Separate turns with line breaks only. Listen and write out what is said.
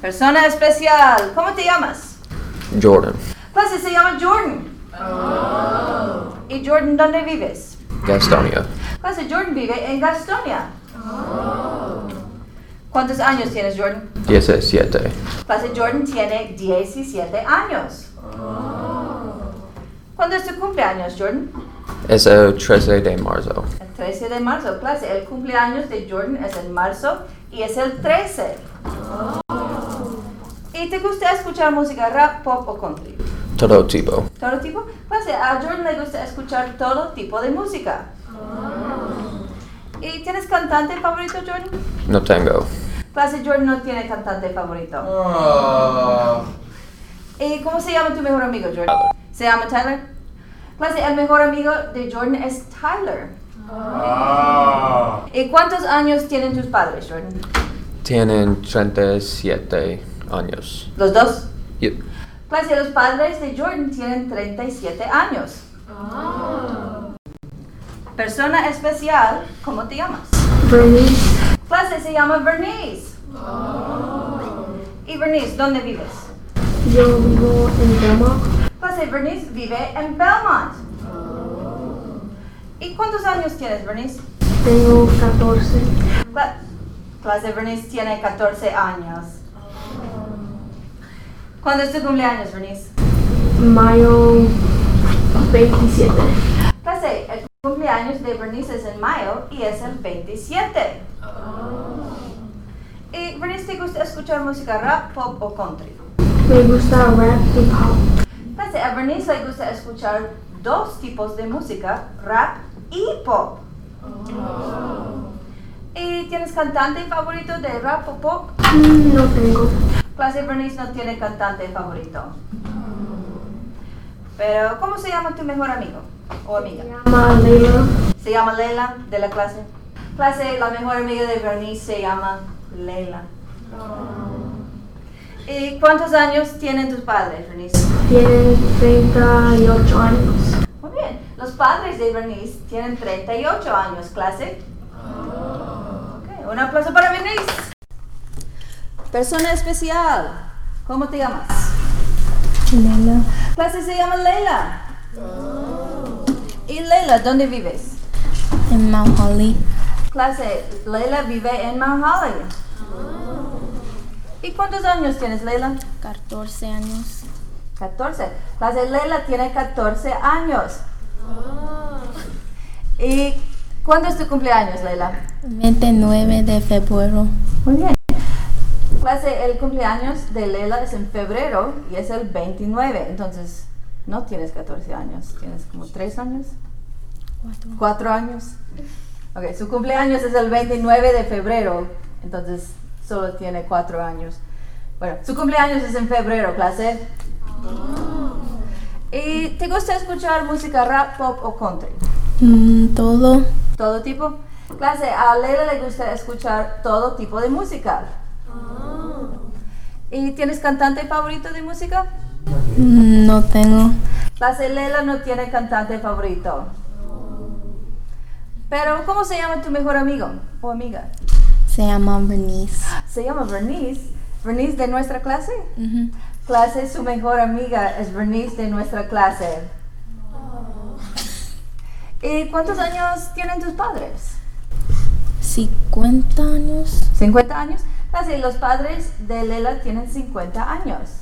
Persona especial, ¿cómo te llamas?
Jordan,
Clase se llama Jordan. ¿Y Jordan dónde vives?
Gastonia,
Clase Jordan vive en Gastonia. ¿Cuántos años tienes, Jordan?
17,
Clase Jordan tiene 17 años. ¿Cuándo es tu cumpleaños, Jordan?
es el 13 de marzo.
El 13 de marzo, clase. El cumpleaños de Jordan es en marzo y es el 13. ¿Y te gusta escuchar música rap, pop o country?
Todo tipo.
Todo tipo. Clase, a Jordan le gusta escuchar todo tipo de música.
Oh.
¿Y tienes cantante favorito, Jordan?
No tengo.
Clase, Jordan no tiene cantante favorito.
Oh.
¿Y cómo se llama tu mejor amigo, Jordan? ¿Se llama Tyler? Clase, el mejor amigo de Jordan es Tyler.
Oh.
¿Y cuántos años tienen tus padres, Jordan?
Tienen 37 años.
¿Los dos?
Yep.
Clase, Pues, los padres de Jordan tienen 37 años. Persona especial, ¿cómo te llamas?
Bernice,
Clase, se llama Bernice. ¿Y Bernice, dónde vives?
yo vivo en Belmont,
Clase, Bernice vive en Belmont. ¿Y cuántos años tienes, Bernice?
tengo 14.
Cla- clase, Bernice tiene 14 años. ¿Cuándo es tu cumpleaños, Bernice?
Mayo 27.
Clase, el cumpleaños de Bernice es en mayo y es el 27. ¿Y Bernice te gusta escuchar música rap, pop o country?
Me gusta rap y pop.
Clase, a Bernice le gusta escuchar dos tipos de música, rap y pop. ¿Y tienes cantante favorito de rap o pop?
Mm, No tengo.
Clase, Bernice no tiene cantante favorito. Pero, ¿cómo se llama tu mejor amigo o amiga?
Se llama Leila.
Se llama Leila de la clase. Clase, la mejor amiga de Bernice se llama Leila. ¿Y cuántos años tienen tus padres, Bernice?
Tiene 38 años.
Muy bien, los padres de Bernice tienen 38 años, clase. Ok, un aplauso para Bernice. Persona especial, ¿cómo te llamas?
Leila,
Clase se llama Leila. ¿Y Leila, dónde vives?
en Mount Holly,
Clase, Leila vive en Mount Holly. ¿Y cuántos años tienes, Leila?
14 años.
14. Clase, Leila tiene 14 años. ¿Y cuándo es tu cumpleaños, Leila?
29 de febrero,
Muy bien. Clase, el cumpleaños de Leila es en febrero y es el 29. Entonces, no tienes 14 años, tienes como 3 años.
Cuatro.
4 años. Ok, su cumpleaños es el 29 de febrero, entonces solo tiene 4 años. Bueno, su cumpleaños es en febrero, clase. ¿Y te gusta escuchar música rap, pop o country?
Mm, todo,
Todo tipo. Clase, a Leila le gusta escuchar todo tipo de música. ¿Y tienes cantante favorito de música?
Mm, no tengo.
Clase, Leila no tiene cantante favorito. Pero, ¿cómo se llama tu mejor amigo o amiga?
Se llama Bernice.
Se llama Bernice. Bernice de nuestra clase.
Ujú.
Clase, su mejor amiga es Bernice de nuestra clase. ¿Y cuántos años tienen tus padres?
50 años.
50 años. Clase, los padres de Lela tienen 50 años.